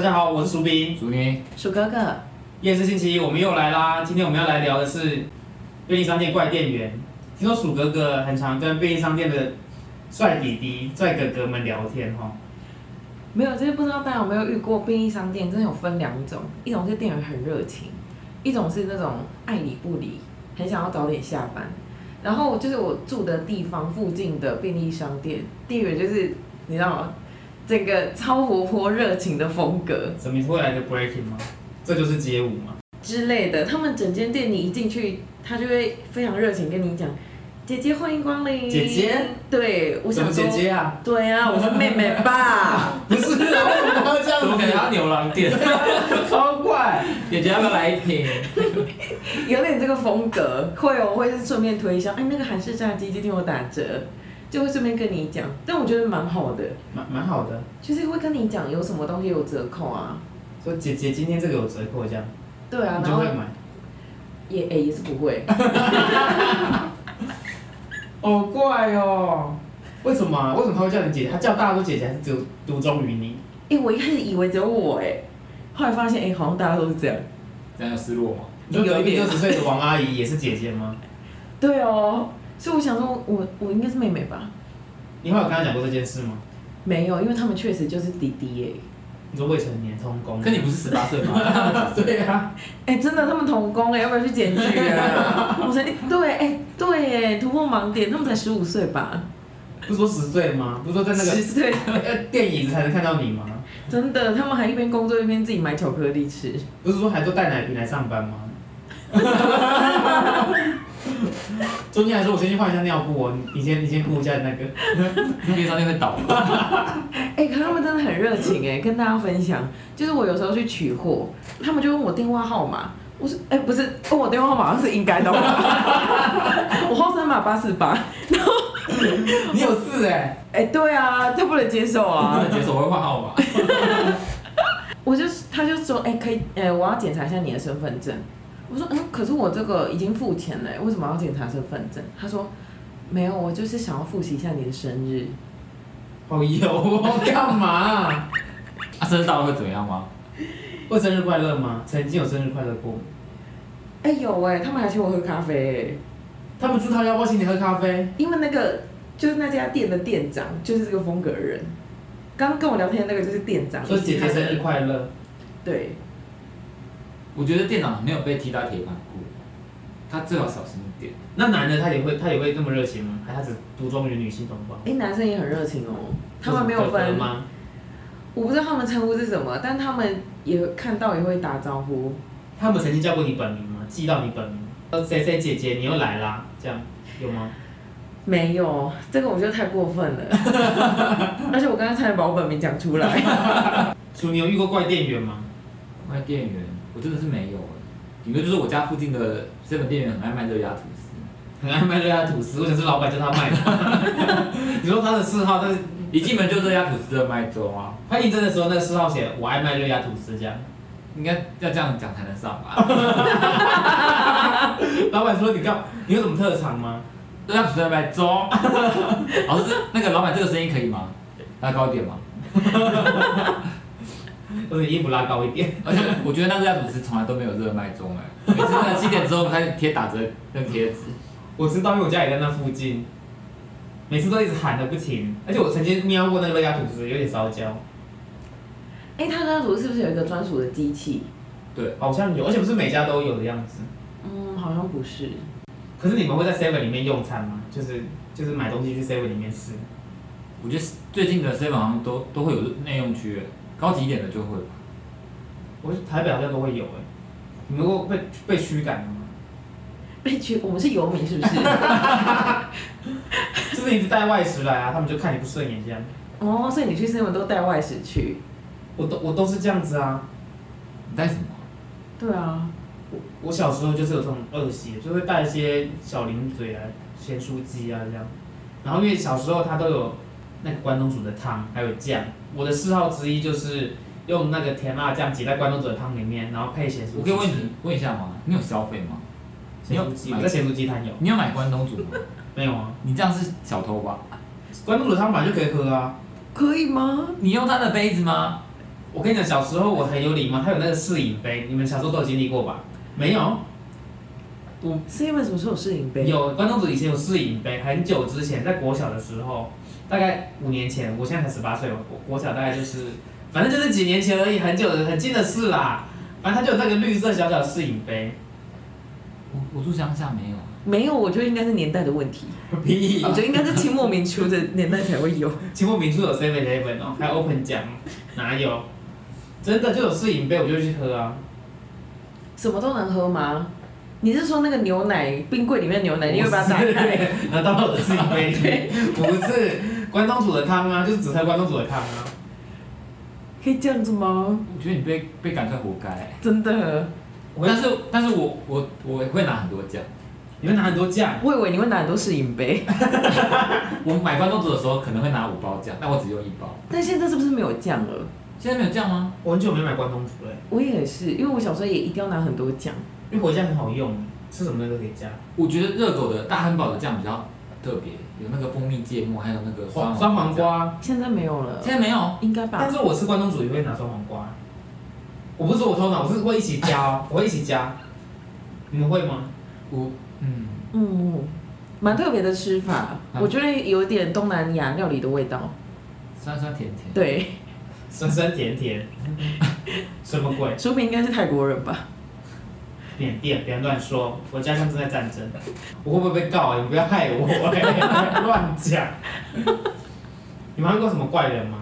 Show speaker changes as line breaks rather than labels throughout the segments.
家好，我是苏斌，
淑妮，
鼠哥哥，
夜市星期一我们又来啦。今天我们要来聊的是便利商店怪店员。听说鼠哥哥很常跟便利商店的帅弟弟、帅哥哥们聊天哈。
没有，就是不知道大家有没有遇过便利商店，真的有分两种，一种是店员很热情，一种是那种爱理不理，很想要早点下班。然后就是我住的地方附近的便利商店，店员就是你知道吗？整个超活泼热情的风格
怎么会来个 breaking 吗？这就是街舞嘛。
之类的，他们整间店你一进去，他就会非常热情跟你讲：“姐姐欢迎光临。”
姐姐，
对，我
什么
想说
姐，姐啊？
对啊，我是妹妹吧。
不是啊，为什么要这
怎
样
么可能
子
要
啊？
牛郎 店？
超怪。
姐姐要不要来一瓶？
有点这个风格，会哦，会是顺便推销。哎，那个韩式炸鸡今天有打折，就会顺便跟你讲。但我觉得蛮好的，
蛮蛮好的。
就是会跟你讲有什么东西有折扣啊。
说姐姐今天这个有折扣，这样
对啊，
你
然
就
后
会买。
也哎、也是不会，
好怪哦。为什么啊、为什么他会叫你姐姐？他叫大家都姐姐，还是只有独钟于你？
哎、我一开始以为只有我哎、后来发现哎、好像大家都是这样。
这样有失落吗？
你说
有
隔
一
壁
点
六十岁的王阿姨也是姐姐吗？
对哦，所以我想说我我应该是妹妹吧？
你后来有跟她讲过这件事吗？
没有，因为他们确实就是弟弟
你说未成年通工，
可你不是十八岁 吗？
对啊，
哎、哎、真的，他们童工哎、要不要去检举 啊？我才对哎、对哎，突破盲点，他们才十五岁吧？
不是说十岁吗？不是说在那
十
个
岁。
呃电影才能看到你吗？
真的，他们还一边工作一边自己买巧克力吃。
不是说还都带奶瓶来上班吗？中间还说我先去换一下尿布哦，你你先你先顾一下那个。
便利商店会倒吗？
哎、可他们真的很热情哎、跟大家分享，就是我有时候去取货，他们就问我电话号码，我说哎、不是问我电话号 码好像是应该的吧，我号三码八四八。
你有事哎、
哎，对啊，他不能接受
不
啊
能。接受，我会换号码。
我就他就说哎、可以哎、我要检查一下你的身份证。我说嗯，可是我这个已经付钱了、为什么要检查身份证？他说没有，我就是想要复习一下你的生日。
好油哦，干嘛、
啊，生日到了会怎么样吗？
过生日快乐吗？曾经有生日快乐过吗？
哎、有哎、他们还请我喝咖啡哎、
他们知道要不要请你喝咖啡？
因为那个就是那家店的店长就是这个风格的人，刚刚跟我聊天的那个就是店长，
说姐姐生日快乐，
对，
我觉得店长没有被踢到铁板过，他最好小心一点。
那男的他也会他也会那么热情吗？还他只独钟于女性同胞？
哎、男生也很热情哦，他们没有
哥哥
分，
吗？
我不知道他们称呼是什么，但他们也看到也会打招呼，
他们曾经叫过你本名吗？记到你本名？呃，谁谁姐姐，你又来啦？这样有吗？
没有这个我觉得太过分 了，而且我刚刚差点把我本名讲出来，
叔，你有遇过怪店员吗？
卖店员，我真的是没有哎。顶多就是我家附近的 seven 店员很爱卖热压吐司，
很爱卖热压吐司，我想是老板叫他卖的。 你说他的嗜好，但是
一进门就热压吐司的卖粥啊，
他应征的时候那个嗜好写我爱卖热压吐司这样。
应该要这样讲才能上吧？
老板说你干，你有什么特长吗？
热压吐司的卖粥， 老师那个老板这个声音可以吗？拉高一点吗？
我的衣服拉高一点。
而且我觉得那热压吐司从来都没有热卖中哎、每次那七点之后开始贴打折那贴纸，
我知道，因为我家也在那附近，每次都一直喊个不停。而且我曾经瞄过那个热压吐司，有点烧焦，
哎、他家族是不是有一个专属的机器？
好像有，而且不是每家都有的样子。
嗯，好像不是，
可是你们会在 Seven 里面用餐吗？就是就是买东西去 Seven 里面吃。
我觉得最近的 seven 好像都都会有内用区、欸，高级一点的就会吧。
我觉得台北好像都会有哎、你们会被被驱赶的吗？
被取我们是游民是不是？
就是你一直带外食来啊，他们就看你不顺眼这样。
哦，所以你去新闻都带外食去。
我都我都是这样子啊。
你带什么？
对啊，
我我小时候就是有这种恶习，就会带一些小零嘴啊、咸酥鸡啊这样。然后因为小时候它都有那个关东煮的汤，还有酱。我的嗜好之一就是用那个甜辣酱挤在关东煮的汤里面，然后配咸酥鸡。
我可以问你问一下吗？你有消费吗？
咸酥鸡，我在咸酥鸡摊有
你有买关东煮吗？
没有啊？
你这样是小偷吧？
关东煮汤本来就可以喝啊。
可以吗？
你用他的杯子吗？
我跟你讲，小时候我很有礼貌，还有那个试饮杯，你们小时候都有经历过吧？没有，
Seven 什么时候有试饮杯？
有关东煮以前有试饮杯，很久之前，在国小的时候，大概五年前，我现在才十八岁，我国小大概就是，反正就是几年前而已，很久的很近的事啦。反正它就有那个绿色小小的试饮杯，
我我住乡下没有啊，
没有，我觉得应该是年代的问题。
屁
我觉得应该是清末民初的年代才会有。
清末民初有 Seven Eleven 哦，还有 Open 奖，哪有？真的就有试饮杯，我就去喝啊。
什么都能喝吗？你是说那个牛奶冰柜里面的牛奶，你会把它打开？
开， 拿到我的试饮杯里，不是关东煮的汤啊，就是只喝关东煮的汤啊。
可以这样子吗？
我觉得你被被赶出来活该。
真的，
但是但是我我我会拿很多酱，
你们拿很多酱，
我以为你会拿很多试饮杯，
我买关东煮的时候可能会拿五包酱，但我只用一包。
但现在是不是没有酱了？
现在没有酱吗？
我很久没买关东煮了、欸
我也是，因为我小时候也一定要拿很多酱。
因为果酱很好用，吃什么都可以加。
我觉得热狗的大汉堡的酱比较特别，有那个蜂蜜芥末，还有那个
黄
酸
酸黄
酱。
瓜，
现在没有了
现，在没有，
应该吧
但？是我吃关东煮也会拿酸黄瓜。啊我不是说我偷懒，我是会一起加 哦，我会一起加。你们会吗？
我嗯，
嗯，蛮特别的吃法，
嗯
我觉得有点东南亚料理的味道。
酸酸甜甜。
对，
酸酸甜 甜，什么鬼？
说不定应该是泰国人吧？
缅甸，别乱说，我家乡正在战争，我会不会被告啊？你不要害我、欸，乱讲。你们还遇过什么怪人吗？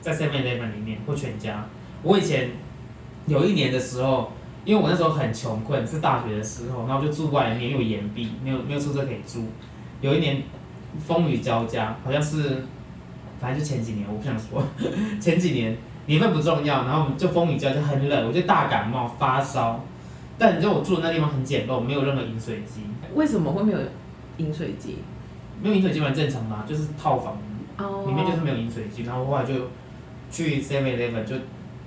在 Seven Eleven 里面或全家，我以前有一年的时候，因为我那时候很穷困，是大学的时候，然后就住外面，因为有岩壁，没有没有宿舍可以住。有一年风雨交加，好像是，反正就前几年，我不想说， 前几年年份不重要，然后我们就风雨交加，很冷，我就大感冒发烧。但你知道我住的那地方很简陋，没有任何饮水机，
为什么会没有饮水机？
没有饮水机蛮正常的啊、就是套房
哦
里面就是没有饮水机，然后后来就去 Seven Eleven，就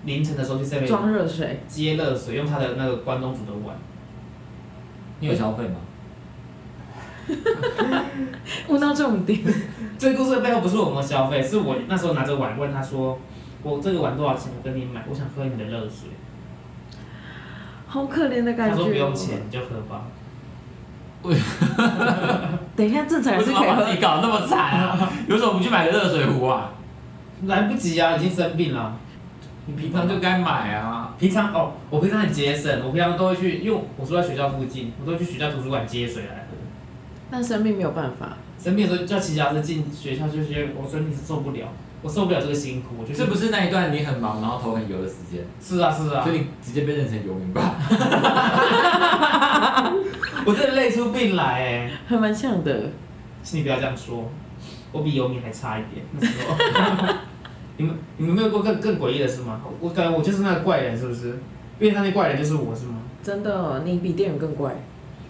凌晨的时候去 Seven
哦
装热水，
接热水，用他的那个关东煮的碗。
你有消费吗？
问到 重点。
这个故事的背后不是我们消费，是我那时候拿着碗问他说：“我这个碗多少钱？我跟你买，我想喝你的热水。
好可怜的”感
他
觉。
说不用钱，。你就喝吧。
等一下，正常
为什
人是
么
可以
要把
喝
自己搞得那么惨 啊？有种不去买个热水壶啊？
来不及啊，已经生病了。
你平常就该买啊。
平常哦，我平常很节省，我平常都会去，因为我住在学校附近，我都会去学校图书馆接水来喝。
但生病没有办法。
生病的时候就要骑脚踏车进学校，就觉得我真的是受不了，我受不了这个辛苦。我觉得
这不是那一段你很忙，然后头很油的时间，
是啊是啊
所，以你直接被认成游民吧？
我真的累出病来哎、
还蛮像的。
请你不要这样说，我比游民还差一点。那时候， 你们你们没有过更更诡异的事吗？我感觉我就是那个怪人，是不是？便利商店怪人就是我是吗？
真的，你比店员更怪。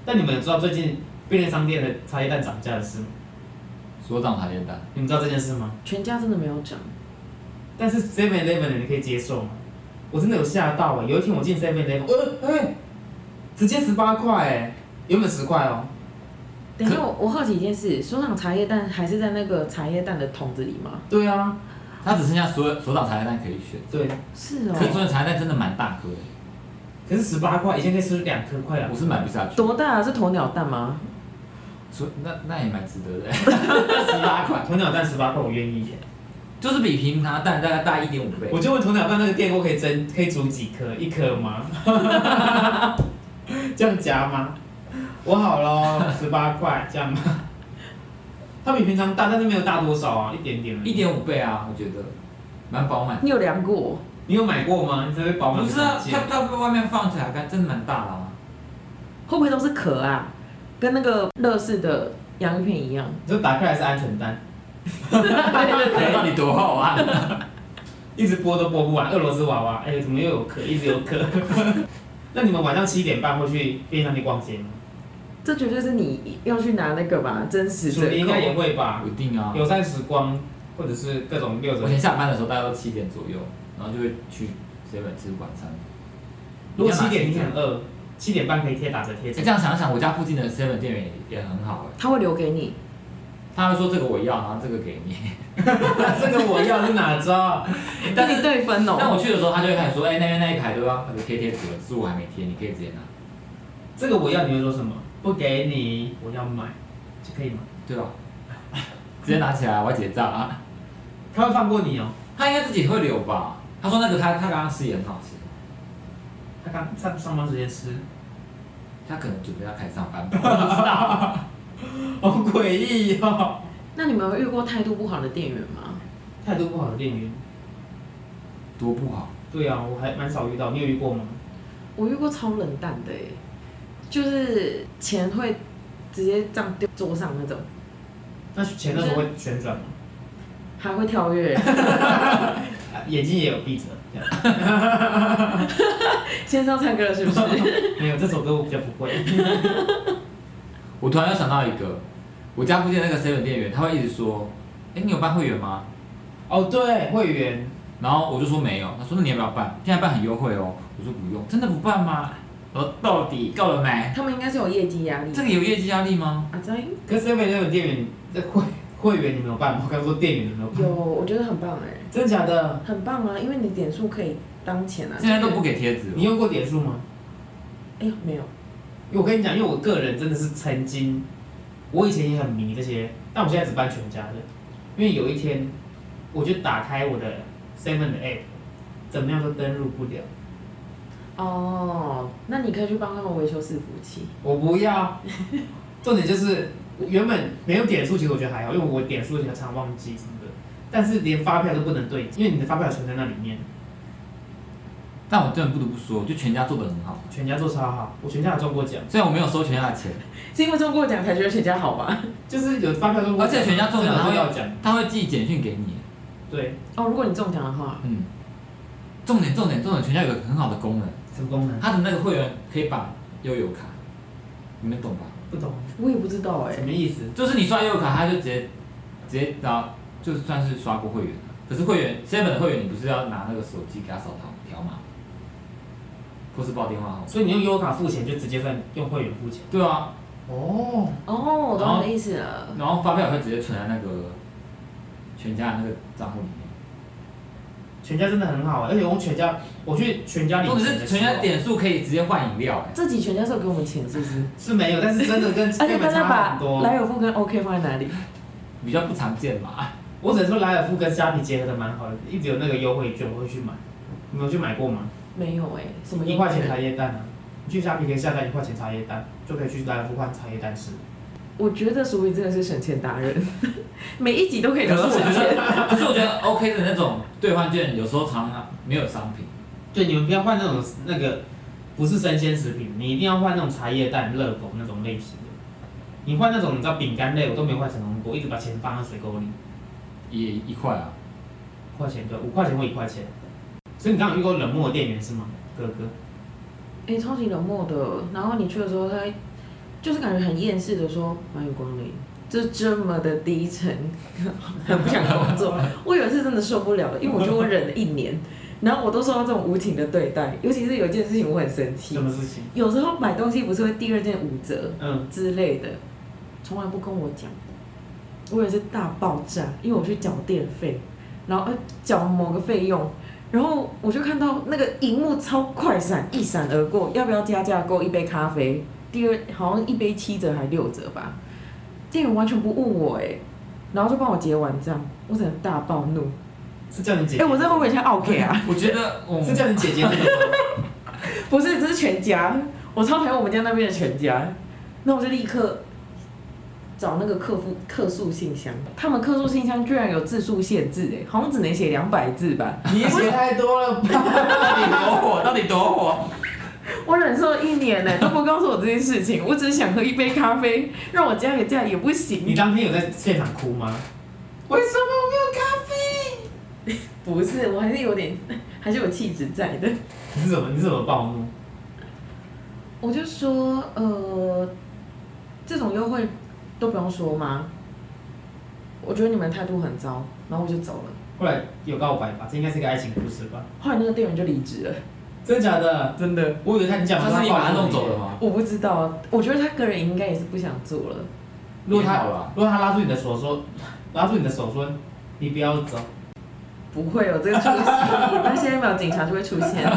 但你们有知道最近便利商店的茶叶蛋涨价的事吗？
所长茶叶蛋，
你们知道这件事吗？
全家真的没有涨，
但是 Seven Eleven 的你可以接受吗？我真的有吓到啊！有一天我进 Seven Eleven，呃哎、直接十八块哎，原本十块哦。
等一下，我我好奇一件事，所长茶叶蛋还是在那个茶叶蛋的桶子里吗？
对啊，
它只剩下所所长茶叶蛋可以选。
对，
是
可是所
哦，
长茶叶蛋真的蛮大颗的，
可是十八块，以前啊可以吃两颗，快两
我
颗。
是买不下去。
多大、啊？是鸵鸟蛋吗？
所那那也蛮值得的， 十八块，
啊鸵鸟蛋十八块，我愿意耶。
就是比平常蛋大概大一点五倍
我。就问鸵鸟蛋那个电锅可以蒸，可以煮几颗？一颗吗？ 这样夹吗？我好咯，十八块这样吗？它比平常大，但是没有大多少啊，一点点而已。
一点五倍啊，我觉得蛮饱满。
你有量过？
你有买过吗？你才会饱满
不
的
是啊
条，件
它它被外面放起来，看真的蛮大的啊。
会不会都是壳啊？跟那个乐事的洋芋片一样？
你就打开来是鹌鹑蛋，
壳到底多厚啊？
一直剥都剥不完。俄罗斯娃娃，哎、怎么又有壳？一直有壳。 那你们晚上七点半会去便利商店逛街吗？
这绝对是你要去拿那个吧，真实
属于
折
应
扣
该。也会吧，
不一定啊。
友善时光或者是各种六折
我以前下班的时候大概都七点左右，然后就会去 seven 吃晚餐。
如果七点你很饿，七点半可以贴打折贴
哎、
纸
这。样想一想，我家附近的 seven 店员也也很好哎、
他会留给你，
他会说这个我要，然后这个给你。
这个我要是哪招啊？
跟你对 分
但
哦。
我去的时候，他就会开始说，哎、那边那一排都要贴贴纸了，字我还没贴，你可以直接拿。
这个我要你会说什么？不给你，我要买，就可以吗？
对 啊，直接拿起来，我要结账啊。
他会放过你哦。
他应该自己会留吧？他说那个他他刚刚吃也很好吃，
他刚上上班时间吃，
他可能准备要开始上班吧。
好诡异哦。
那你们有遇过态度不好的店员吗？
态度不好的店员，
多不好，
对啊，我还蛮少遇到，你有遇过吗？
我遇过超冷淡的、欸，就是钱会直接这样丢桌上那种，
那钱那时候会旋转吗？
还会跳 跃。
啊眼睛也有闭着，这样
先上唱歌了是不 是？
没有这首歌我比较不会。
我突然又想到一个，我家附近那个 seven 店员，他会一直说，哎、你有办会员吗？
哦，对，会员，
然后我就说没有，他说那你要不要办？现在办很优惠哦。我说不用，真的不办吗？我说到底够了没？
他们应该是有业绩压力。
这个有业绩压力吗？
啊，张
可是 seven 那种店员，这会会员你没有办吗？我刚说店员你没有办
有，，我觉得很棒哎、
真的假的？
很棒啊，因为你点数可以当钱啊。
现在都不给贴纸
你
了，
用过点数吗？
哎、没有，
因为我跟你讲，因为我个人真的是曾经，我以前也很迷这些，但我现在只办全家的，因为有一天我就打开我的 seven 的 app，怎么样都登录不了。
哦，那你可以去帮他们维修伺服器。
我不要。 重点就是原本没有点数，其实我觉得还好，因为我点数经常忘记什么的。但是连发票都不能对，因为你的发票存在那里面。
但我真的不得不说，就全家做的很好。
全家做超好，我全家有中过奖，
虽然我没有收全家的钱，
是因为中过奖才觉得全家好吧？
就是有发票中过
而
奖，
且全家中奖
真的
他
会
会
要奖。
他会寄简讯给你。
对，
哦，如果你中奖的话，
嗯，重点重点重点，全家有个很好的功能，
什么功能？
它的那个会员可以绑悠游卡，你们懂吧？
不懂
我也不知道哎、
什么意思？
就是你刷悠游卡，它就直接直接拿，就算是刷过会员了。可是会员 seven 的会员，你不是要拿那个手机给他扫条条码，或是报电话号码？
所以你用优卡付钱就直接算用会员付钱。
对啊，
哦，
哦，我懂你的意思了。
然后发票会直接存在那个全家的那个账户里面。
全家真的很好，而且我用全家，我去全家里
重
面的时候，
点是全家点数可以直接换饮料、哎。
这集全家是有给我们钱是不是？
是没有，但是真的 跟
而且大
Seven
家
差很
把
多。
莱尔富跟 OK 放在哪里？
比较不常见嘛。
我只能说莱尔富跟虾皮结合的蛮好的，一直有那个优惠券，我会去买。你们有去买过吗？
没有哎、什么
一块钱茶叶蛋啊，你去虾皮可以下单一块钱茶叶蛋，就可以去莱尔富换茶叶蛋吃。
我觉得淑云真的是省钱达人， 每一集都可以
可是
聊到
我
省
觉
钱。
得，可是我觉得 OK 的那种兑换券，有时候常常没有商品。
对，你们不要换那种那个不是生鲜食品，你一定要换那种茶叶蛋、热狗那种类型的。你换那种你知道饼干类，我都没换成功过，一直把钱放在水沟里，
也一块啊，
一块钱对，五块钱或一块钱。所以你刚刚有遇过冷漠的店员是吗，哥哥？
哎、超级冷漠的。然后你去的时候，他就是感觉很厌世的说：“欢迎光临。”就这么的低沉，很不想工作。 我有一次真的受不了了，因为我觉得我忍了一年，然后我都受到这种无情的对待。尤其是有一件事情我很生气
什，么事情？
有时候买东西不是会第二件五折
嗯，
之类的，从来不跟我讲。我也是大爆炸，因为我去缴电费，然后呃缴某个费用，然后我就看到那个荧幕超快闪，一闪而过，要不要加价购一杯咖啡？第二好像一杯七折还六折吧，店员完全不问我哎、然后就帮我结完账，我整个大暴怒。
是叫你姐
哎、
姐？
我这会不会像 OK 啊？
我觉得嗯我
是叫你姐姐那个吗？
不是，这是全家，我超讨厌我们家那边的全家。那我就立刻找那个客服客诉信箱，他们客诉信箱居然有字数限制、哎，好像只能写两百字吧。
你写太多了吧？
到底多火，到底多火？
我忍受了一年 呢、哎都不告诉我这件事情，我只是想喝一杯咖啡，让我加个价也不
你
行。
当天有在现场哭吗？为什么我没有咖啡？
不是，我还是有点， 还是有气质在的。
你是怎么你是怎么暴怒？
我就说，呃，这种优惠都不用说吗？我觉得你们态度很糟，然后我就走了。
后来有告白吧？这应该是个爱情故事吧？
后来那个店员就离职了。
真的假的？
真的，
我以为他你讲
他
的
是你
暴
把他
怒
弄走
你
了吗？
我不知道，我觉得他个人应该也是不想做了。
如果
也
他
好啦，
如果他拉住你的手说，拉住你的手说，你不要走，
不会有这个 出现，但现在没有警察就会出现。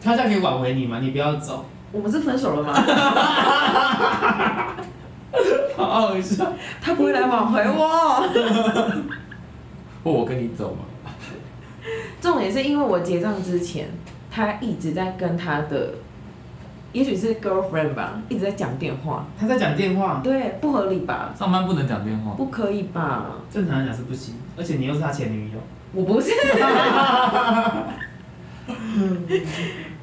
他这样可以挽回你吗？你不要走，
我们是分手了吗？
好 好笑。
他不会来挽回我。
或我跟你走嘛。
重点是因为我结账之前，他一直在跟他的，也许是 girlfriend 吧，一直在讲电话。
他在讲电话，
对，不合理吧？
上班不能讲电话，
不可以吧？
正常来讲是不行，而且你又是他前女友，
我不是。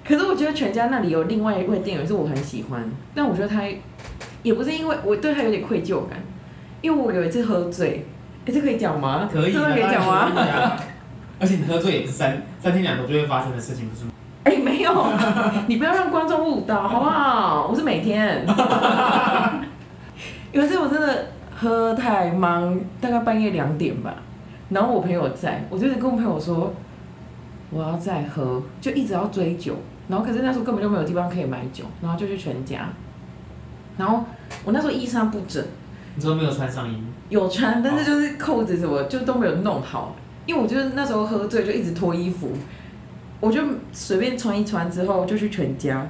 可是我觉得全家那里有另外一位店员是我很喜欢，但我觉得他也不是因为我对他有点愧疚感，因为我有一次喝醉，哎、这可以讲吗？
可以
真
的，
的可以讲
当
吗
然？可以啊？而且你喝醉也是三三天两头就会发生的事情，不是吗？
哎、没有，你不要让观众误导好不好？我是每天， 有一次我真的喝太忙，大概半夜两点吧，然后我朋友在，我就是跟我朋友说我要再喝，就一直要追酒，然后可是那时候根本就没有地方可以买酒，然后就去全家，然后我那时候衣衫不整，
你说没有穿上衣，
有穿，但是就是扣子什么就都没有弄好，因为我就是那时候喝醉就一直脱衣服，我就随便穿一穿之后就去全家，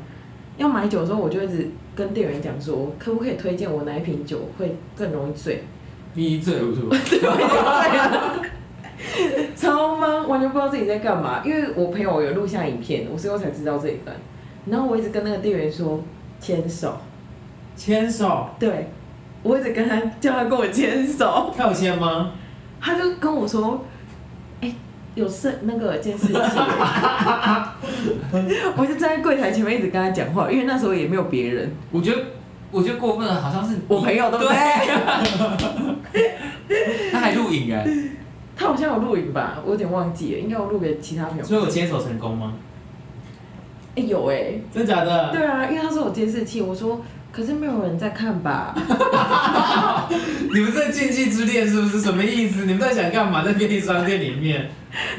要买酒的时候我就一直跟店员讲说，可不可以推荐我哪一瓶酒会更容易醉？
第一醉不是吧？
对啊，超懵，完全不知道自己在干嘛。因为我朋友有录下影片，我最后才知道这一段，然后我一直跟那个店员说牵手，
牵手，
对我一直跟他叫他跟我牵手。
他有牵吗？
他就跟我说：“哎、有事那个监视器。” 我就站在柜台前面一直跟他讲话，因为那时候也没有别人，
我觉得，我觉得过分的好像是你
我朋友对不对？
他还录影哎，
他好像有录影吧，我有点忘记了，应该我录给其他朋友。
所以我牵手成功吗？
哎、有哎、
真假的？
对啊，因为他说有监视器，我说可是没有人在看吧，
你们这禁忌之恋是不是什么意思？你们在想干嘛？在便利商店里面？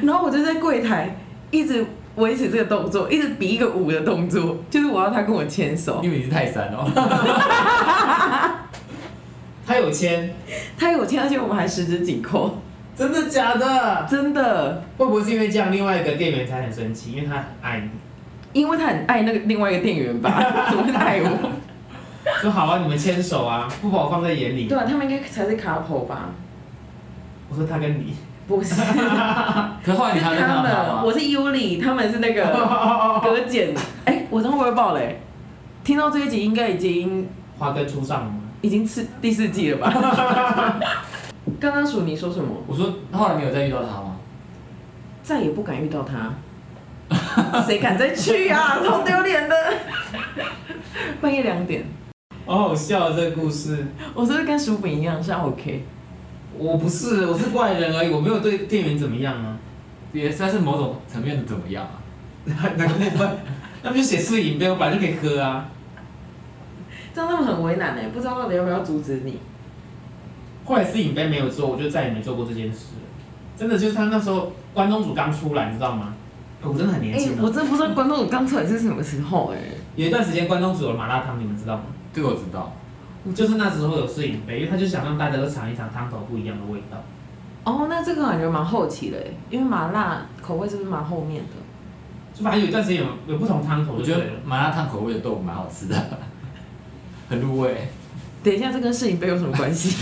然后我就在柜台一直维持这个动作，一直比一个舞的动作，就是我要他跟我牵手。
因为你是泰山哦，
他有牵，
他有牵，而且我们还十指紧扣，
真的假的？
真的。
会不会是因为这样，另外一个店员才很生气，因为他很爱你？
因为他很爱那个另外一个店员吧，怎么会爱我？
说好啊，你们牵手啊，不把我放在眼里。
对啊，他们应该才是 couple 吧？
我说他跟你，
不 是，是
可是后来你还有再看到他
们，
吗？
我是啊 Yuli，他们是那个 葛简。哎、我这样会不会爆嘞？听到这一集应该已经
花哥初上吗？
已经是第四季了吧？ 刚刚鼠你说什么？
我说后来你有再遇到他吗？
再也不敢遇到他， 谁敢再去 啊？超丢脸的。半夜两点，
好好笑这个故事。
我是不是跟鼠饼一样是 OK？
哦我不是，我是怪人而已，我没有对店员怎么样 啊。
也算是某种层面的怎么样啊？
哪个部分？ 那不就写试饮杯，我本来就可以喝啊。
这样他们很为难哎、不知道到底要不要阻止你。
后来试饮杯没有做，我就再也没做过这件事了。真的就是他那时候关东煮刚出来，你知道吗？我真的很年
哎、
轻、啊
我真的不知道关东煮刚出来是什么时候哎、
有一段时间关东煮有麻辣烫，你们知道吗？
这个我知道，
就是那时候有试饮杯，因为他就想让大家都尝一尝汤头不一样的味道。
哦，那这个感觉蛮后期的哎、因为麻辣口味是不是蛮后面的？
就反正有一段时间有有不同汤头
我
就
觉
对
得
了。
麻辣烫口味的豆腐蛮好吃的， 很入味。
等一下，这跟摄影杯有什么关 系？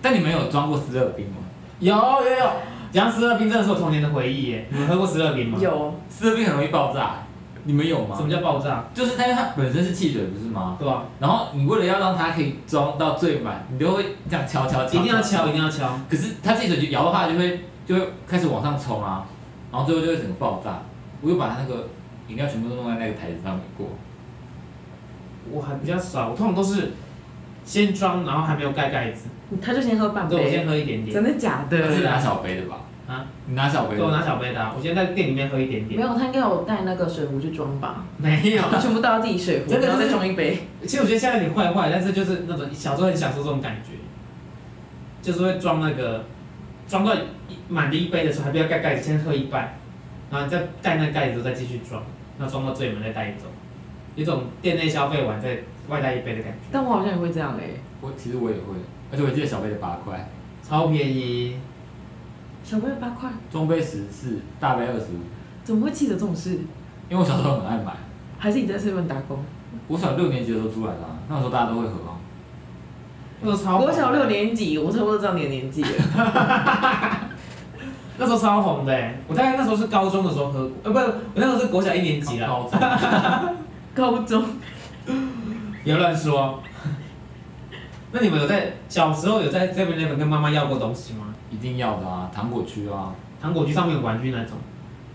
但你们有装过湿热冰吗？
有有有，讲到十二冰真的是我童年的回忆耶！你们喝过十二冰吗？。
有，
湿热冰很容易爆炸，你们有
什
吗
么？叫爆炸？
就是它因为它本身是汽水不是吗？
对吧？
然后你为了要让它可以装到最满，你都会这样敲敲敲，
一定要敲，一定要敲。
可是它汽水就摇的话，就会就会开始往上冲啊，然后最后就会整个爆炸。我又把它那个饮料全部都弄在那个台子上面过，
我还比较少，我通常都是先装，然后还没有盖盖子。
他就先喝半
对，我先
杯，
喝一点点。
真的假
那是
的？
拿小杯的吧？
啊？
你拿小杯
对，我
的，
拿小杯的啊、我先在店里面喝一点
没
点。
有，他应该有带那个水壶去装吧？
没有。
全部倒到自己水壶，
真的
然后
就是
再装一杯。
其实我觉得现在有点坏坏，但是就是那种小时候很享受这种感觉，就是会装那个装到一满的一杯的时候，还不要盖盖子，先喝一半，然后你再盖那盖子，再继续装，然后装到最满再带走。有种店内消费完再外带一杯的感觉，
但我好像也会这样哎、
我其实我也会，而且我记得小杯的八块，
超便宜。
小朋友八块，
中杯十四，大杯二十五。
怎么会记得这种事？
因为我小时候很爱买，
还是你在 seven 打工？
我小六年级的时候出来的、啊，那时候大家都会喝啊。
那时候超红
国小六，年级，我差不多这样你的年纪 了。
那时候超红的、欸，我大概那时候是高中的时候喝过，呃，不是，我那时候是国小一啊年级
哦
啦，
高中
高中
别乱说。 那你们有在小时候有在 Seven Eleven 跟妈妈要过东西吗？
一定要的啊，糖果区啊。
糖果机上面有玩具那种，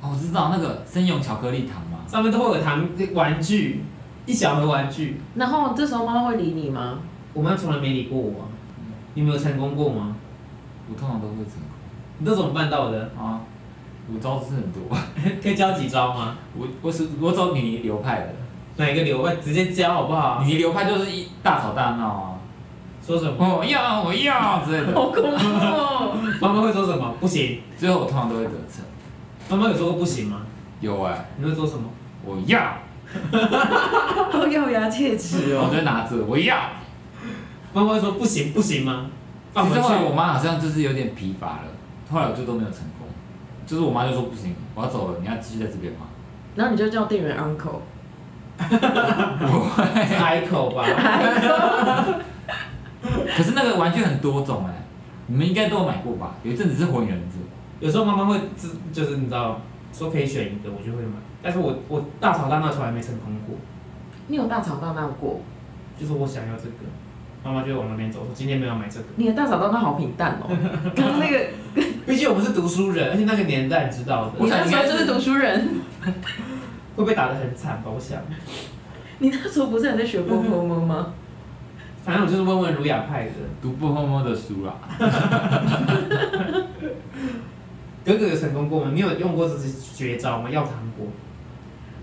哦，我知道那个森永巧克力糖嘛，
上面都会有糖玩具，一小盒玩具。
然后这时候妈妈会理你吗？
我妈从来没理过我、啊，你们有成功过吗？
我通常都会成功
你都怎么办到的？
啊。我招是很多，
可以教几招吗？
我我是我走你流派的，
哪一个流派直接教好不好？
你流派就是一大吵大闹啊，
说什么？
我要我要之类的，
好恐怖哦！
妈妈会说什么？不行。
最后我通常都会得逞。
妈妈有说过不行吗？
有哎、
你会说什么？
我要，
好咬牙切齿
我
哦。
就会拿着我要。
妈妈会说不行不行吗？放回
其实后来我
去。
妈好像就是有点疲乏了，后来我就都没有成功，就是我妈就说不行，我要走了，你要继续在这边吗？
然后你就叫店员 uncle，
是开口吧。
可是那个玩具很多种哎、你们应该都有买过吧？有一阵子是火影忍者，
有时候妈妈会自就是你知道说可以选一个，我就会买。但是我我大吵大闹从来没成功过，
你有大吵大闹过？
就是我想要这个，妈妈就会往那边走，说今天没有买这个。
你的大吵大闹好平淡哦。 刚刚那个，
毕竟我们是读书人，而且那个年代你知道的
我
你，
想
那时候就是读书人，
会被打得很惨吧？我想，
你那时候不是还在学波波摸吗？
反正我就是温文儒雅派的。
读不默默的书啦。
哥哥有成功过吗？你有用过这些绝招吗？要糖果，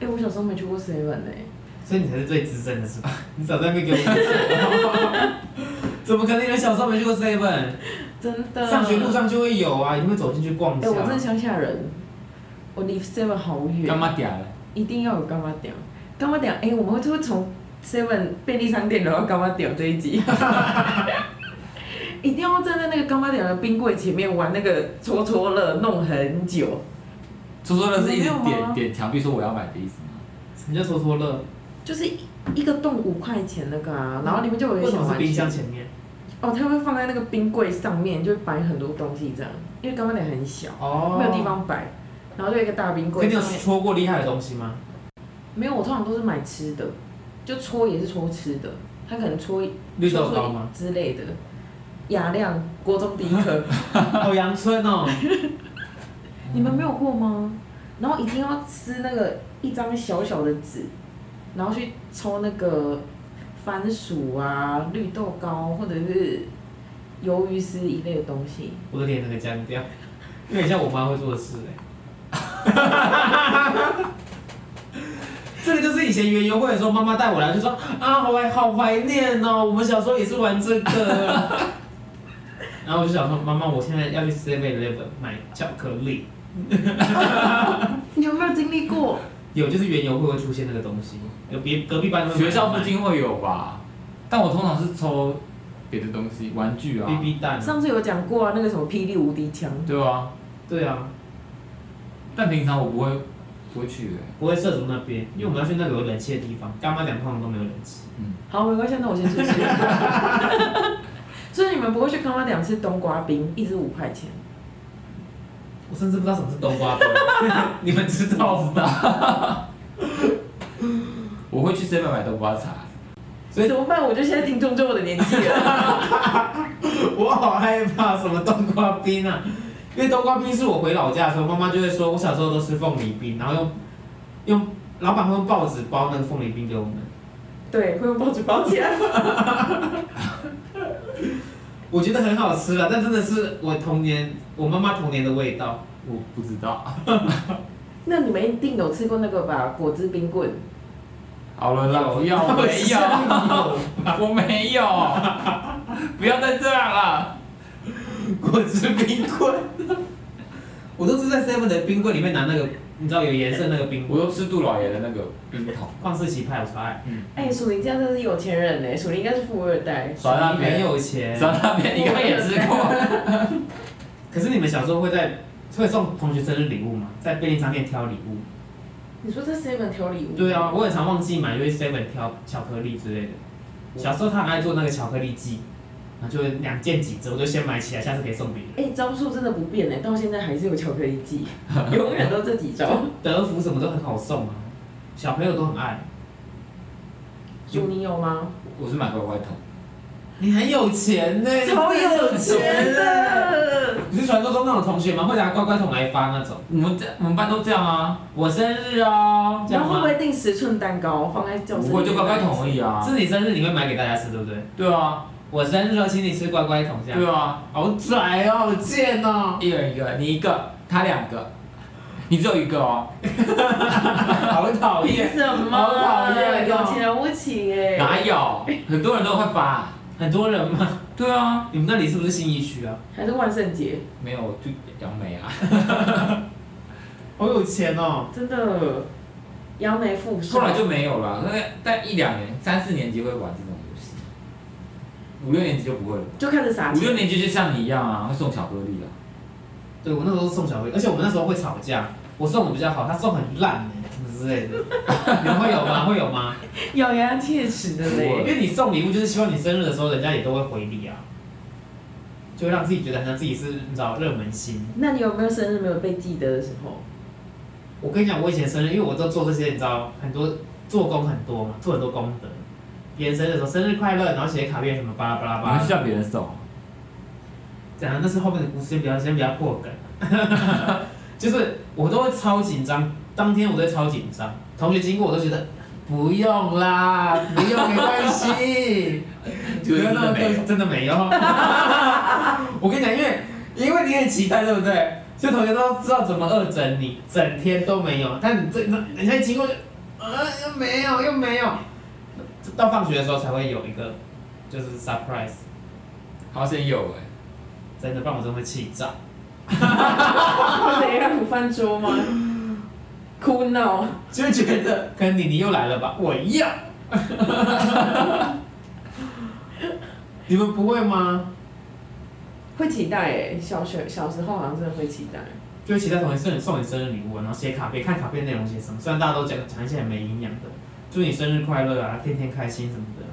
哎、我小时候没去过 seven 哎、
所以你才是最资深的是吧？ 你早在那边给我讲，怎么可能有人小时候没去过 seven？
真的。
上学路上就会有啊，你会走进去逛一
啊哎、
下。
我真的乡下人，我离 Seven 好
干
远，
嘛嗲了？
一定要有干妈店。干妈店，哎、我们就会从 Seven 便利商店聊到干妈店这一 集，一定要站在那个干妈店的冰柜前面玩那个戳戳乐，弄很久。
说说的是一直
没有吗
点点墙壁说我要买的意思吗？
什么叫戳戳乐？
就是一个洞五块钱那个啊，然后里面就有一
为
个
什
小
么是
玩
冰
具
箱前面？
哦，它会放在那个冰柜上面，就会摆很多东西这样，因为干妈店很小，
哦，
没有地。方摆，然后就有一个大冰
可
柜
你有
上面
戳过厉害的东西吗？
没有，我通常都是买吃的，就搓也是搓吃的，他可能搓
绿豆糕吗？
之类的。雅亮国中第一科，
好阳春哦，
你们没有过吗？然后一定要撕那个一张小小的纸，然后去抽那个番薯啊、绿豆糕或者是鱿鱼丝一类的东西。
我的脸整个僵掉，有点像我妈会做的事哎、 这个就是以前约约会的时候，妈妈带我来就说啊，好怀好怀念哦，我们小时候也是玩这 个。然后我就想说，妈妈，我现在要去 Seven Eleven 买巧克力，
你有没有经历过？
有就是园游会会出现那个东西，有别隔壁班会买
学校附近会有吧？但我通常是抽别的东西，玩具啊，
BB 蛋啊，
上次有讲过啊，那个什么霹雳无敌枪，
对啊。
对啊，
但平常我不会不会去的、
不会涉足那边，因为我们要去那个有冷气的地方，干妈讲通常都没有冷气。
好，没关系，那我先出去。 所以你们不会去康巴两次冬瓜冰，一支五块钱。
我甚至不知道什么是冬瓜 冰，你们知道吗？
我会去 seven 买冬瓜茶。
所以怎么办？我就现在听中中我的年纪了。
我好害怕什么冬瓜冰啊！因为冬瓜冰是我回老家的时候，妈妈就会说，我小时候都吃凤梨冰，然后用用老板会用报纸包那个凤梨冰给我们。
对，会用报纸包起来。
我觉得很好吃啊，但真的是我童年，我妈妈童年的味道。
我不知道。
那你们一定有吃过那个吧？果汁冰棍。
好了啦，不要，我没有，我没有，不要再这样了。
果汁冰棍，我都是在 Seven 的冰柜里面拿那个，你知道有颜色那个冰
我又吃杜老爷的那个冰桶，
旷世奇派，我超爱。
哎、属林这样真是有钱人呢、属林应该是富二代。
耍到
你很
没有，
有钱，
耍到没，你刚刚也吃过。
可是你们小时候会在会送同学生日礼物吗？在便利商店挑礼物？
你说这 Seven 挑礼物？
对啊，我很常忘记买，因为 Seven 挑巧克力之类的。小时候他很爱做那个巧克力季，然后就两件几折，我就先买起来，下次可以送别人。
哎、招数真的不变呢、到现在还是有巧克力 季，永远都这几 招。
德芙什么都很好送啊，小朋友都很爱。
属你有吗？
我是买乖乖桶，
你很有钱呢、
超有钱的。
你是传说中那种同学吗？会拿乖乖桶来发那种？
我们这我们班都这样啊，我生日哦，这
然
样
后会
吗？
不会订十寸蛋糕放在教室？
不会就乖乖桶而。已啊。
是你生日你会买给大家吃，对不对？
对啊，
我生日哦，请你吃乖乖桶这样。
对啊，
好拽哦，好贱哦，
一人一个，你一个，他两个，你只有一个哦。
好讨
凭
厌。
什么？
好讨厌哦
有钱人无情哎、
哪有？很多人都会发。
很多人吗？
对啊，
你们那里是不是新一区啊？
还是万圣节，
没有就杨梅啊。
好有钱哦。
真的扬眉 富
后
盛。
来就没有了，大概在一两年、三四年级会玩这种游戏，五六年级就不会了。
就开始撒
五六
钱。
年级就像你一样啊，会送巧克力啊。
对，我那时候送小辉，而且我们那时候会吵架，我送的比较好，他送很烂呢、什么之类的。 你们会有吗？会有吗？
咬牙切齿的
因
嘞。
为你送礼物就是希望你生日的时候，人家也都会回礼啊，就会让自己觉得好像自己是你知道热门星。
那你有没有生日没有被记得的时 候？
我跟你讲，我以前生日，因为我都做这些，你知道，很多做工很多嘛，做很多功德。别人生日的时候，生日快乐，然后写卡片什么巴拉巴拉
我
巴
们
拉
是。叫别人送。
讲的那是后面的故事，先不要先不要破梗。 就是我都会超紧张，当天我都会超紧张，同学经过我都觉得不用啦，不用没关 系。
结果真的没有
真的没有。 我跟你讲，因为因为你很期待，对不对？所以同学都知道怎么恶整你，整天都没有。但你这人家经过就，呃，又没有，又没有。到放学的时候才会有一个，就是 surprise，
好像有哎、
真的，不然我真的会气炸。
或者让你翻桌吗？哭闹，
就觉得跟妮妮又来了吧，我要。你们不会吗？
会期待哎、小学小时候好像真的会期待。
就会期待同学送你送你生日礼物，然后写卡片，看卡片内容写什么。虽然大家都讲讲一些很没营养的，祝你生日快乐啊，天天开心什么的。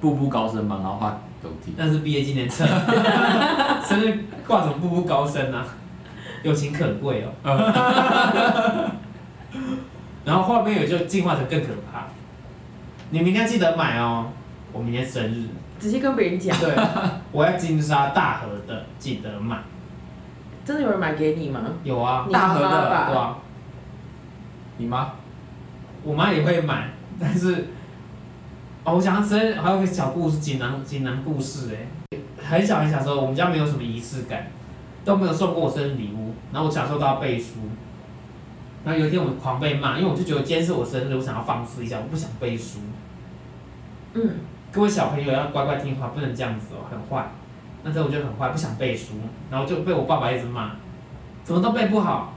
步步高升嘛，然后画楼梯。
那是毕业纪念册，生日挂什么步步高升啊，友情可贵哦。然后后面有就进化成更可怕，你明天记得买哦，我明天生日。
直接跟别人讲，
对，我要金沙大河的，记得买。
真的有人买给你吗？
有啊，
你
大
妈
盒
妈
的
对
吧，
啊，
你妈？
我妈也会买，但是，哦，我想要生日还有个小故事，锦囊锦囊故事哎、很小很小的时候，我们家没有什么仪式感，都没有送过我生日礼物，然后我小时候都要背书。然后有一天我狂被骂，因为我就觉得今天是我生日，我想要放肆一下，我不想背书。
嗯，
各位小朋友要乖乖听话，不能这样子哦，很坏。那时候我就很坏，不想背书，然后就被我爸爸一直骂，怎么都背不好，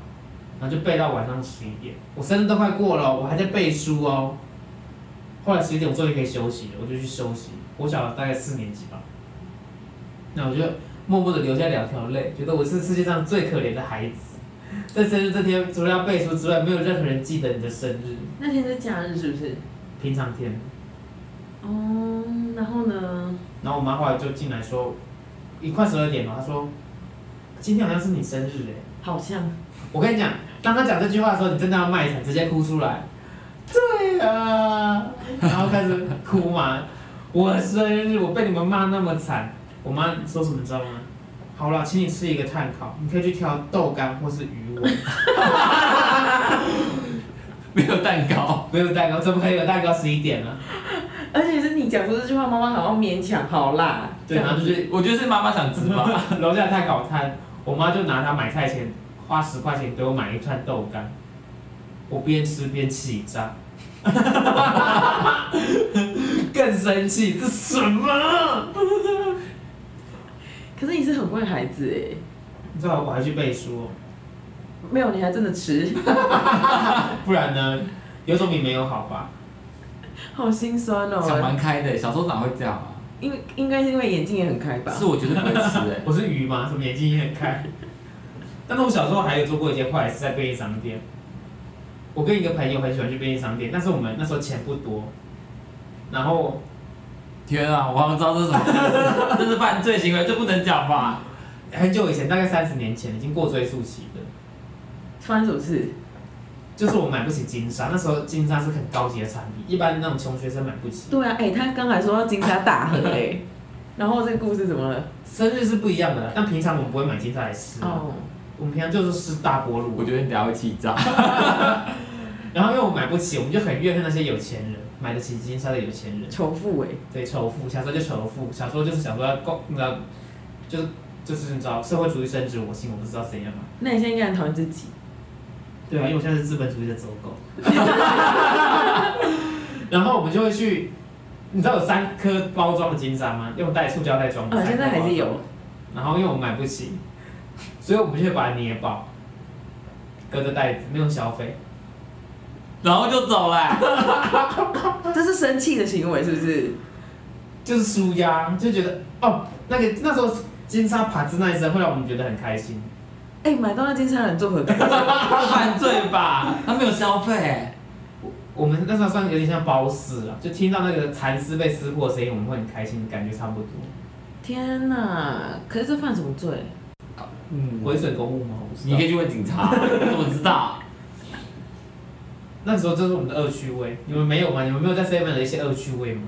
然后就背到晚上十一点，我生日都快过了，我还在背书哦。后来十一点我终于可以休息了，我就去休息。我小大概四年级吧，那我就默默的流下两条泪，觉得我是世界上最可怜的孩子。在生日这天，除了要背书之外，没有任何人记得你的生日。
那天是假日是不是？
平常天，
哦，然后呢？
然后我妈后来就进来说，一快十二点了，她说，今天好像是你生日哎、
好像
我跟你讲，当她讲这句话的时候，你真的要卖惨，直接哭出来。对啊，然后开始哭嘛，我生日我被你们骂那么惨，我妈说什么你知道吗？好啦，请你吃一个碳烤，你可以去挑豆干或是鱼 尾，
没有蛋 糕，
没有蛋糕，怎么可以有蛋糕？十一点了，
而且是你讲出这句话，妈妈好像勉强好啦。
对，然后就是
我觉得是妈妈想吃 吧。
楼下太烤摊，我妈就拿她买菜钱花十块钱给我买一串豆干，我边吃边气炸， 更生气，这什么？
可是你是很乖的孩子哎，
你知道我还去背书哦、
没有，你还真的吃，
不然呢，有总比没有好吧？，
好心酸
想
哦。
蛮开的，小时候哪会这样啊？
因为应该是因为眼睛也很开吧？
是我绝对啊不会吃哎
我是鱼嘛，什么眼睛也很开。但是我小时候还有做过一件坏事，在便利商店。我跟一个朋友很喜欢去便利商店，但是我们那时候钱不多，然后
天啊，我好像知道这是什么， 这是犯罪行为，这不能讲吧？
很久以前，大概三十年前，已经过追溯期了。
发生什么事？
就是我买不起金沙，那时候金沙是很高级的产品，一般那种穷学生买不起。
对啊，哎、他刚才说要金沙大亨哎、然后这个故事怎么了？
生日是不一样的啦，但平常我们不会买金沙来吃啊，
哦，
我们平常就是吃大波
我
炉。
觉得你等下会气炸。
然后因为我们买不起，我们就很怨恨那些有钱人，买得起金沙的有钱人。
仇富哎、
对，仇富，小时候就仇富，小时候就是想说要共，那个就是就是你知道社会主义深植我心，我不知道怎样嘛。
那你现在应该很讨厌自己，
对啊，因为我现在是资本主义的走狗。 然后我们就会去，你知道有三颗包装的金沙吗？用袋塑胶袋装的。
啊，现在还是有。
然后因为我们买不起，所以我们就会把它捏爆，隔着袋子没有消费。
然后就走了。
这是生气的行为是不是？
就是舒压，就觉得哦，那个那时候金沙爬兹那一声会让我们觉得很开心。
哎、买到那金沙人做何感？
犯罪吧？他没有消费，
我们那时候算有点像包丝了，就听到那个蚕丝被撕破的声音，我们会很开心，感觉差不多。
天哪！可是这犯什么罪？
嗯，
毁损公物吗？我不知
你
道
可。以去问警察，你怎么知道？
那时候就是我们的恶趣味，你们没有吗？你们没有在 Seven 的一些恶趣味吗？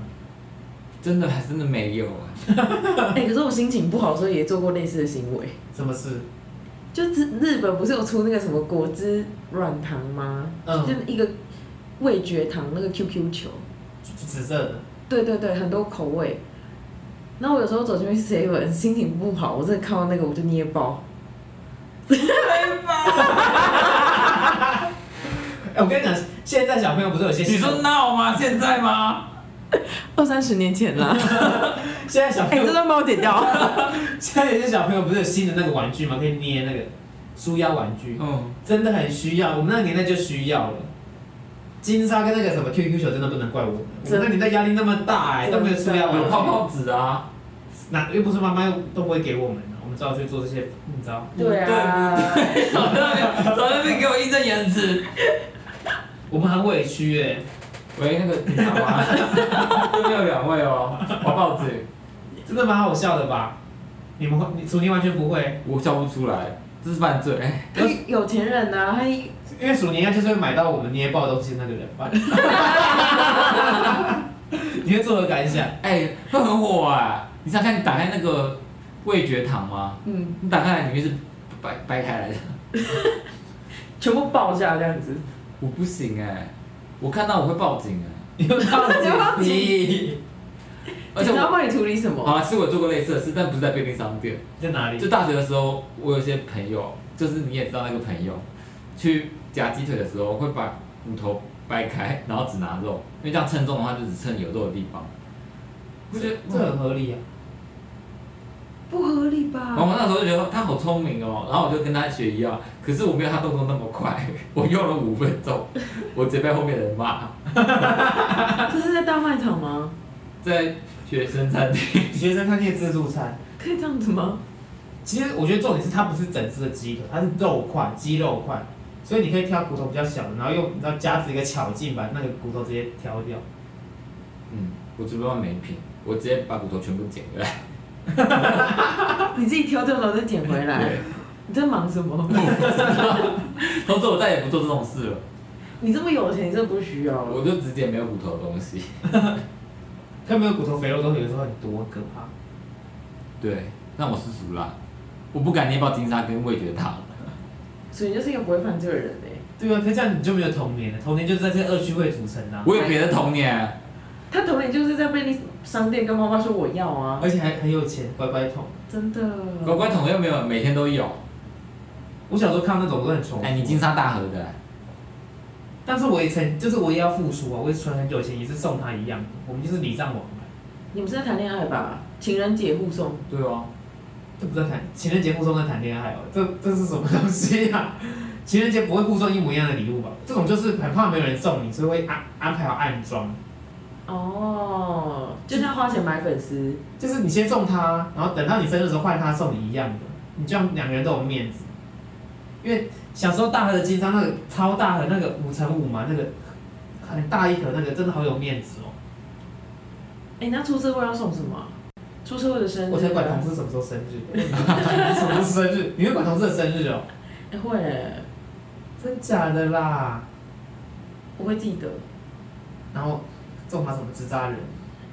真的还真的没有啊。
哎、可是我心情不好的时候也做过类似的行为。
什么事？
就日日本不是有出那个什么果汁软糖吗？
嗯
就是一个味觉糖那个 QQ 球，
紫色的，
对对对，很多口味。然后我有时候走进去 seven，心哎情不好，我真的看到那个我就捏爆。
哎、我跟你讲，现在小朋友不是有些
你说闹吗？现在吗？
二三十年前 啦，
现在小朋
哎、
友
这段帮我剪掉。
现在有些小朋友不是有新的那个玩具吗？可以捏那个舒压玩具，
哦
嗯，
真的很需要。我们那个年代就需要了。金沙跟那个什么 QQ 球真的不能怪我们，我
真
们那年代压力那么大哎、
真的嗯
都没有舒压玩
有
具，
泡泡纸啊。
哪又不是妈妈都不会给我们的，我们只好去做这些，你知道？
对啊，
早那边，早那边给我义正言辞。
我们很委屈哎、
喂，那个警察 吗？这边有两位哦，滑报纸，
真的蛮好笑的吧？你们会，你鼠年完全不会，
我笑不出来，这是犯罪。哎
他有钱人呐、啊，他一
因为鼠年应该就是会买到我们捏爆的东西的那个人 吧？你会作何感想？
哎，会很火啊！你想看你打开那个味觉糖吗？
嗯，
你打开来里面是掰掰开来的。
全部爆炸这样子。
我不行哎、我看到我会报警啊
你会报 警？
你 哎、而且
警察
我啊
帮你处理什么？
好了，是我做过类似的事，但不是在便利商店。
在哪里？
就大学的时候，我有一些朋友，就是你也知道那个朋友，去夹鸡腿的时候会把骨头掰开，然后只拿肉，因为这样称重的话就只称有肉的地方。我觉得
这很合理啊。
不合理
然后
吧？
我那时候就觉得他好聪明哦，然后我就跟他学一样，可是我没有他动作那么快， 我用了五分钟，我直接被后面的人骂，
这是在大卖场吗？
在学生餐厅。
学生餐厅的自助餐，
可以这样子吗？
其实我觉得重点是它不是整只的鸡腿，它是肉块，鸡肉块，所以你可以挑骨头比较小的，然后用你知道夹子一个巧劲把那个骨头直接挑掉。
嗯，我只不过没品，我直接把骨头全部捡回来。
啊你自己挑掉了再捡回来。
对，
你在忙什么？
从此我再也不做这种事了，
你这么有钱，你真的不需要啊了。
我就只捡没有骨头的东西。
它没有骨头肥肉都有时候很多，可怕。
对，那我是熟啦，我不敢捏爆金沙跟味觉糖。
所以你就是一个不会犯罪的人哎、
对啊，可是这样你就没有童年了，童年就是在这个恶趣味组成的、啊，
我有别的童年，
他童年就是在便利商店跟妈妈说我要啊，
而且还很有钱，乖乖桶。
真的。
乖乖桶又没有每天都有。
我小时候看那种我都很崇拜。
哎，你金沙大河的，
但是我也曾，就是我也要付出啊，我也存很久钱，也是送他一样的，我们就是礼尚往来。
你们是在谈恋爱吧？情人节互送，
对哦，
这不在谈情人节互送在谈恋爱哦，这这是什么东西啊？情人节不会互送一模一样的礼物吧？这种就是很怕没有人送你，所以会安安排好暗装，
哦，就像花钱买粉丝，
就是你先送他，然后等到你生日的时候换他送你一样的，你这样两个人都有面子。因为小时候大盒的金章那个超大盒那个五乘五嘛，那个很大一盒那个真的好有面子哦。
哎、那出社会要送什么啊？出社会的生日啊，
我才管同事什么时候生日， 什么时候生日？你会管同事的生日哦？
哎会耶，
真假的啦？
我会记得，
然后送他什么自扎人？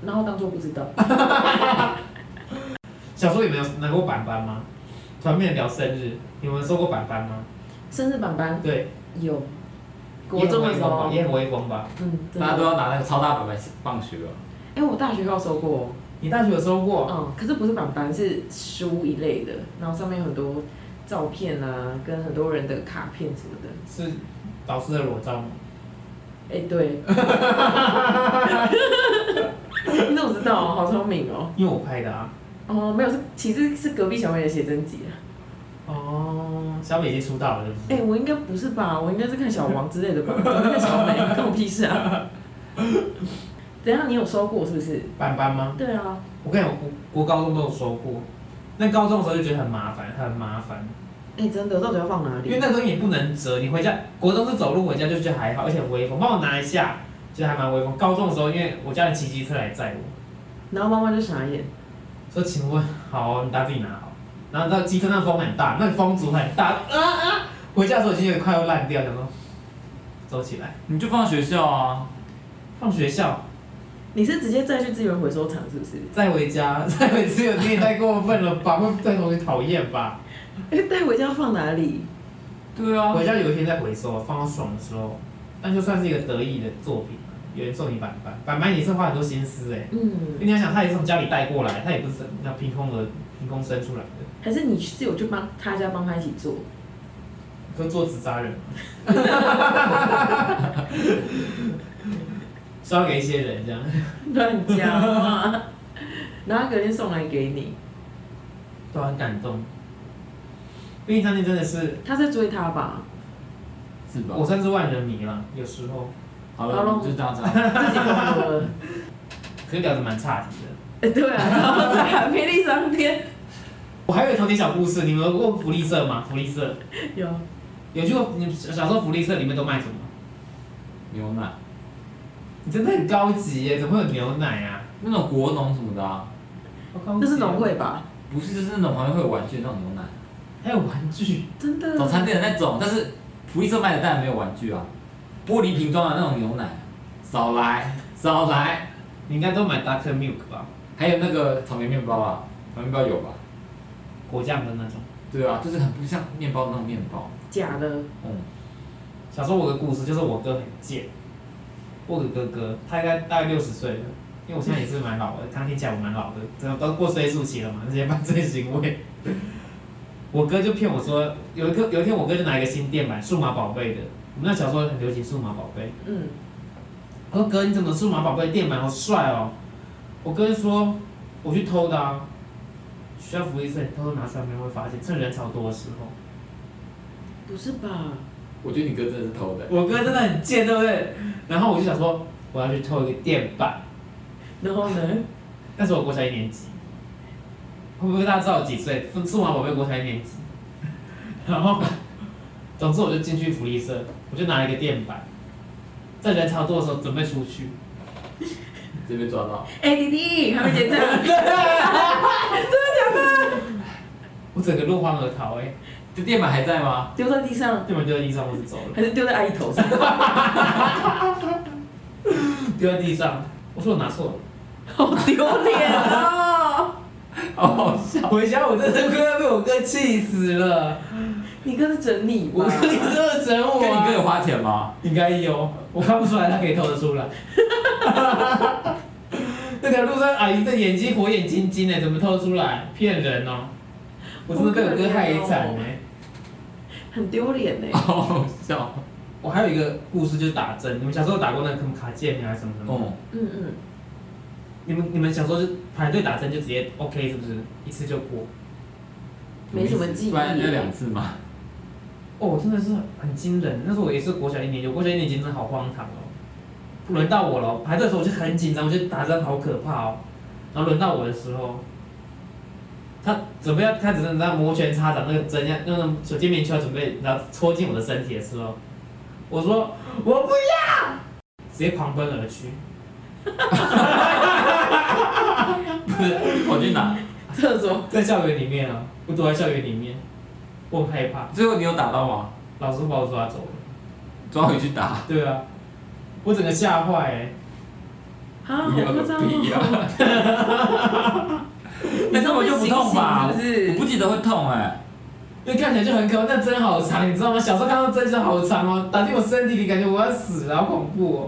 然后当做不知道。
小时候有没有拿过板板吗？团面聊生日，你们收过板板吗？
生日板板
对，
有，国中的时候，啊
也很威风吧？
嗯，真的
大家都要拿那个超大版本放学哦了。
哎、我大学有收过，
你大学有收过？
嗯，可是不是板板，是书一类的，然后上面有很多照片啊，跟很多人的卡片什么的。
是老师的裸照吗？
哎、对， 你怎么知道、好聪明哦！
因为我拍的啊。
哦，没有，是其实是隔壁小美的写真集啊。
哦，小美已经出道了，是不是？
哎、我应该不是吧？我应该是看小王之类 的吧？怎么看小美，关我屁事啊！等一下你有收过是不是？
板板吗？
对啊，
我跟你讲，我国高中都有收过。那高中的时候就觉得很麻烦，很麻烦，
哎、真的，到底要放哪
因为
里？
那个东西也不能折。你回家，国中是走路回家就觉得还好，而且很威风，帮我拿一下，觉得还蛮威风。高中的时候，因为我家人骑机车来载我，
然后妈妈就傻眼，
说请问，好，你打自己拿好。然后那机车那风很大，那风阻很大，啊啊！回家的时候已经有点快要烂掉，想说走起来。
你就放学校啊，
放学校，
你是直接再去资源回收厂是不是？
再回家， 再回自由地也太过分了吧？会对同学讨厌吧？
哎、带回家放哪里？
对啊，
回家有一天再回收，放到爽的时候，那就算是一个得意的作品了。有人送你板板，板板也是花很多心思哎、
嗯
因为，你要想，他也是从家里带过来，他也不是那凭空而凭空生出来的，
还是你室友就帮他家帮他一起做？
可做纸扎人嘛， 烧给一些人这样。
乱讲话，然后他隔天送来给你，
都很感动。便利商店真的是
他在追他吧？
是吧
我？算是万人迷了，有时候
好
好了
了，就这样子啊。
自己跟我说了。
可是聊得蛮差题的。
哎、对啊，然后在便利商店
我还有一个童年小故事，你们有过福利社吗？福利社
有
有去过？你们小小时候福利社里面都卖什么？
牛奶，
你真的很高级耶，怎么会有牛奶啊？
那种国农什么的啊，
好高级哦
那是农，会吧？
不是就是那种旁边会有玩具的那种牛奶，
还有玩具，
真的？
早餐店的那种，但是福利社卖的当然没有玩具啊，玻璃瓶装的那种牛奶，少来少来，
你应该都买 Duck Milk 吧？
还有那个草莓面包啊，草莓面包有吧？
果酱的那种。
对啊，就是很不像面包的那种面包，
假的，
嗯，
小时候我的故事就是我哥很贱，我有个哥哥他应该大概六十岁了，因为我现在也是蛮老的，刚听起来我蛮老的，真的都过岁数期了嘛，那些犯罪行为。 我哥就骗我说，有一个有一天我哥就拿一个新电板，数码宝贝的，我们那小时候很流行数码宝贝，
嗯，
我说哥，你怎么数码宝贝电板好帅哦？我哥就说，我去偷的啊。学校福利社你偷偷拿出来，没人会发现，趁人潮多的时候。
不是吧？
我觉得你哥真的是偷的，
我哥真的很贱，对不对？然后我就想说，我要去偷一个电板。
然后呢？
那时候我国小一年级，会不会大家知道我几岁？数数码宝贝国小一年级。然后，总之我就进去福利社，我就拿了一个电板，在人潮多的时候准备出去。
这被抓到，
哎、弟弟还没结账，
我整个落荒而逃、哎，
这店板还在吗？
丢在地上
电板丢在地上，我就走了，
还是丢在阿姨头上？
丢在地上。我说我拿错了。
好丢脸哦！
好好笑，
回家我真的快要被我哥气死了，
你哥是整你吧
我？哥你真的整我、
跟你
啊。
哥有花钱吗？
应该有，我看不出来，他可以透得出来。 那条路上阿姨的眼睛火眼金睛欸呢，怎么透得出来？骗人哦！我真的被我哥害惨欸呢。
很丢脸呢。
好好笑，
我还有一个故事就是打针，你们小时候有打过那个什么卡介苗还是什么什么？
嗯，
嗯嗯，
你们你们小时候就排队打针就直接 OK 是不是？一次就过？
没什么记忆
不然要两次吗？
哦，真的是很惊人。那时候我也是国小一年级，我国小一年级真的好荒唐哦。轮到我了，排队的时候我就很紧张，我觉得打针好可怕哦。然后轮到我的时候，他准备要开始那摩拳擦掌，那个针要用那种手电棉球准备然后戳进我的身体的时候，我说我不要，直接狂奔而去。
不是，我去拿。
厕所
在校园里面啊，我躲在校园里面，我很害怕，
最后你有打到吗？
老师把我抓走了。
抓回去打。
对啊，我整个吓坏哎、
啊，
不要
好夸 张
个屁啊呀
哦！！
那根本就不痛吧？
你这么会醒是不是
我不记得会痛哎、
因为看起来就很可怕，但针好长，你知道吗？小时候看到针就好长哦，打进我身体里，感觉我要死了，好恐怖哦！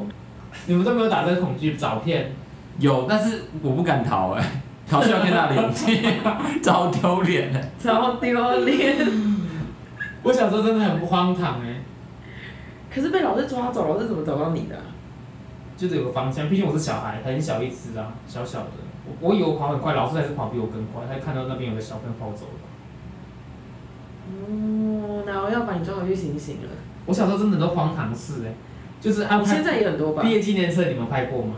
你们都没有打针恐惧照片，
有，但是我不敢逃哎、 逃去要 跟他邻居，超丢脸的。
超丢脸。
我小时候真的很荒唐哎、
可是被老师抓走，老师怎么找到你的啊、
就是有个方向，毕竟我是小孩，很小一只啊，小小的。我我以为我跑很快，老师还是跑比我更快，他看到那边有个小朋友跑走了。
哦，然后要把你抓回去醒醒了。
我小时候真的都荒唐事哎、就是啊，
你现在也很多吧
毕？业纪念册你们拍过吗？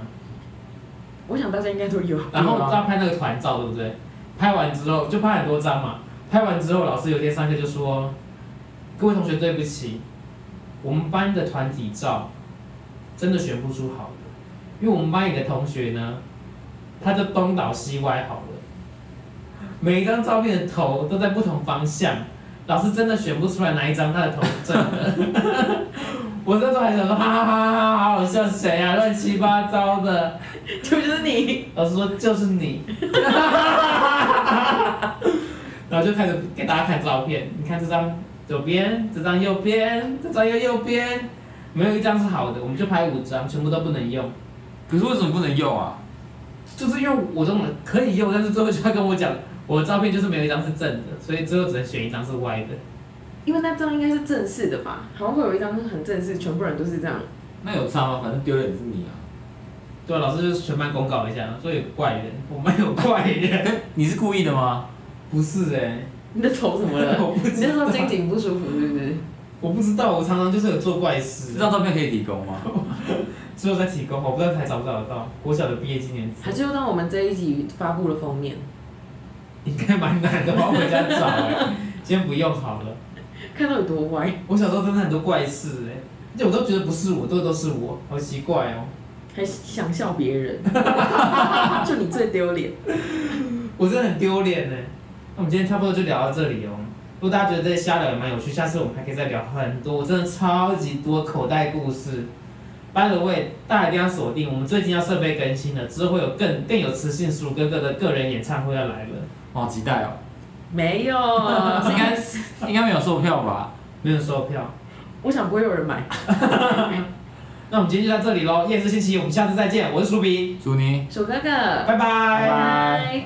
我想大家应该都有。
然后 要拍那个团照，对不对？拍完之后就拍很多张嘛。拍完之后，老师有一天上课就说：“各位同学，对不起，我们班的团体照真的选不出好的，因为我们班里的同学呢，他就东倒西歪好了，每一张照片的头都在不同方向，老师真的选不出来哪一张他的头是正的。 我那时候还想说，哈哈哈哈，好好笑，谁啊，乱七八糟的。”
就就是你，
老师说就是你， 然后就开始给大家看照片，你看这张左边，这张右边，这张右右边，没有一张是好的，我们就拍五张，全部都不能用，
可是为什么不能用啊？
就是因为我这种人可以用，但是最后就要跟我讲，我的照片就是没有一张是正的，所以最后只能选一张是歪的。
因为那张应该是正式的吧？好像会有一张很正式，全部人都是这样。
那有差吗？反正丢脸的是你啊。
对啊，老师就是全班公告一下，说有怪人，我们有怪人，
跟你是故意的吗？
不是哎、？
你的头怎么了
我不知道
你那时候肩颈不舒服是不 是？
我不知道，我常常就是有做怪
这
事。
张照片可以提供吗？
只有在提供，我不知道还找不找得到。国小的毕业纪念册
还是就当我们这一集发布了封面，
应该蛮难的，我要回家找哎、今天不用好了。
看到有多歪，
我小时候真的很多怪事哎、而且我都觉得不是我，都都是我，好奇怪哦、
还想笑别 人，就你最丢脸。
我真的很丢脸哎。那我们今天差不多就聊到这里哦、如果大家觉得这些瞎聊也蛮有趣，下次我们还可以再聊很多，我真的超级多口袋故事。By the way，大家一定要锁定，我们最近要设备更新了，之后会有更更有磁性鼠哥哥的个人演唱会要来了。
我好期待哦。
没 有，
应该是应该没有售票吧？
没有售票，
我想不会有人买。
那我们今天就到这里喽，夜市星期一，我们下次再见，我是苏比。
祝你。
鼠哥哥，
拜拜。
拜拜
拜。